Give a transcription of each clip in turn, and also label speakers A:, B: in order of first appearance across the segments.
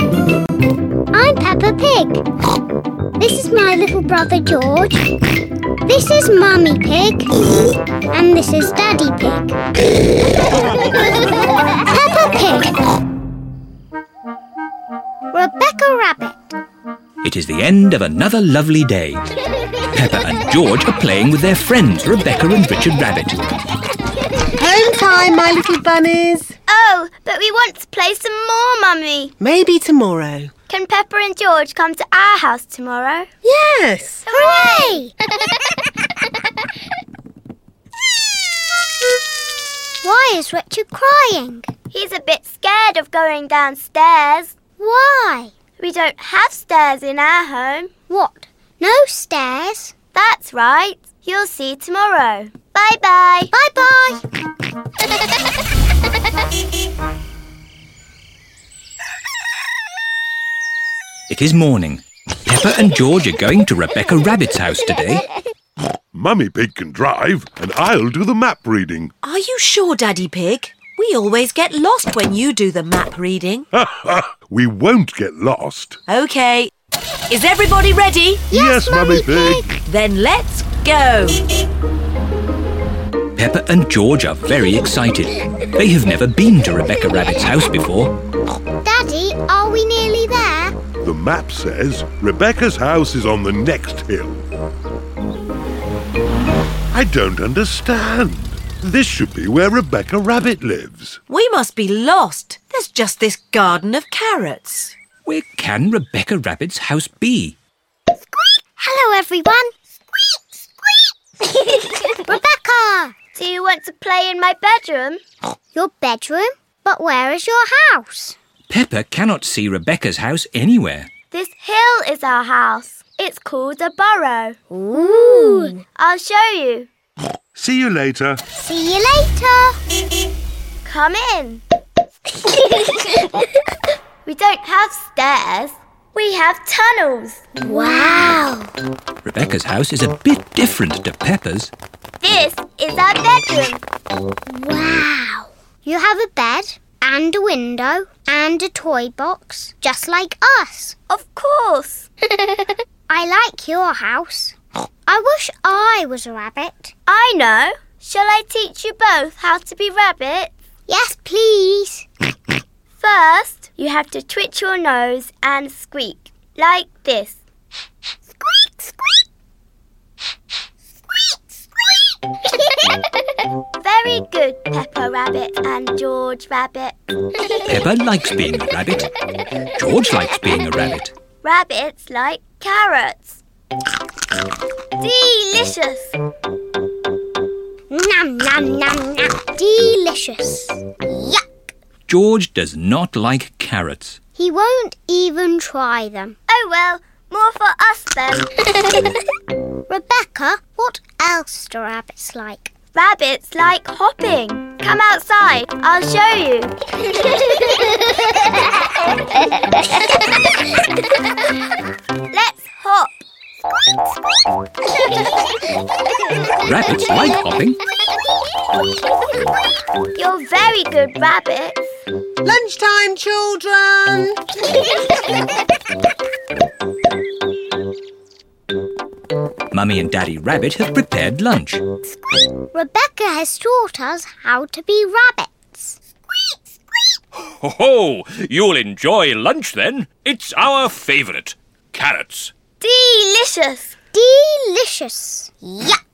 A: I'm Peppa Pig. This is my little brother George. This is Mummy Pig. And this is Daddy Pig. Peppa Pig. Rebecca Rabbit.
B: It is the end of another lovely day. Peppa and George are playing with their friends Rebecca and Richard Rabbit.
C: Home time, my little bunnies.
D: Oh, but we want to play some more, Mummy.
C: Maybe tomorrow.
D: Can Pepper and George come to our house tomorrow?
C: Yes.
A: Hooray! Why is Richard crying?
D: He's a bit scared of going downstairs.
A: Why?
D: We don't have stairs in our home.
A: What? No stairs?
D: That's right. You'll see tomorrow. Bye bye.
A: Bye bye.
B: It is morning. Peppa and George are going to Rebecca Rabbit's house today.
E: Mummy Pig can drive, and I'll do the map reading.
F: Are you sure, Daddy Pig? We always get lost when you do the map reading.
E: We won't get lost.
F: Okay. Is everybody ready?
E: Yes, Mummy Pig.
F: Then let's go.
B: Peppa and George are very excited. They have never been to Rebecca Rabbit's house before.
A: Daddy, are we nearly there?
E: The map says Rebecca's house is on the next hill. I don't understand. This should be where Rebecca Rabbit lives.
F: We must be lost. There's just this garden of carrots.
B: Where can Rebecca Rabbit's house be?
A: Hello, everyone. Squeak, squeak. Rebecca,
D: Do you want to play in my bedroom?
A: your bedroom? But where is your house?
B: Peppa cannot see Rebecca's house anywhere.
D: This hill is our house. It's called a burrow.
A: Ooh.
D: I'll show you.
E: See you later.
A: See you later.
D: Come in. we don't have stairs. We have tunnels.
A: Wow.
B: Rebecca's house is a bit different to Peppa's.
D: This is our bedroom.
A: Wow. You have a bed and a window and a toy box, just like us.
D: Of course.
A: I like your house. I wish I was a rabbit.
D: I know. Shall I teach you both how to be rabbit?
A: Yes, please.
D: First, you have to twitch your nose and squeak like this.
A: Squeak, squeak. Squeak, squeak.
D: Very good, Pepper Rabbit and George Rabbit.
B: Peppa likes being a rabbit. George likes being a rabbit.
D: Rabbits like carrots. Delicious.
A: Nom, nom, nom, nom. Delicious. Yuck.
B: George does not like carrots.
A: He won't even try them.
D: Oh well, more for us then.
A: Rebecca, what else do rabbits like?
D: Rabbits like hopping. Come outside, I'll show you. Let's hop.
B: Rabbits like hopping.
D: You're very good rabbits.
C: Lunchtime, children.
B: Mummy and Daddy Rabbit have prepared lunch.
A: Rebecca has taught us how to be rabbits.
G: Ho ho! You'll enjoy lunch then. It's our favourite carrots.
D: Delicious.
A: Delicious. Yuck.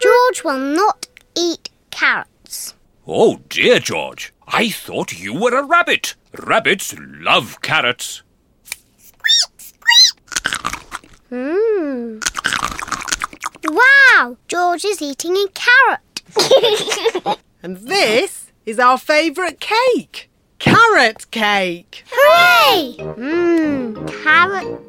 A: George will not eat carrots.
G: Oh dear, George. I thought you were a rabbit. Rabbits love carrots.
A: Mmm. Wow, George is eating a carrot.
C: And this is our favourite cake. Carrot cake.
A: Hooray! Mmm,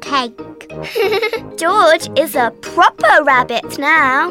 A: carrot cake.
D: George is a proper rabbit now.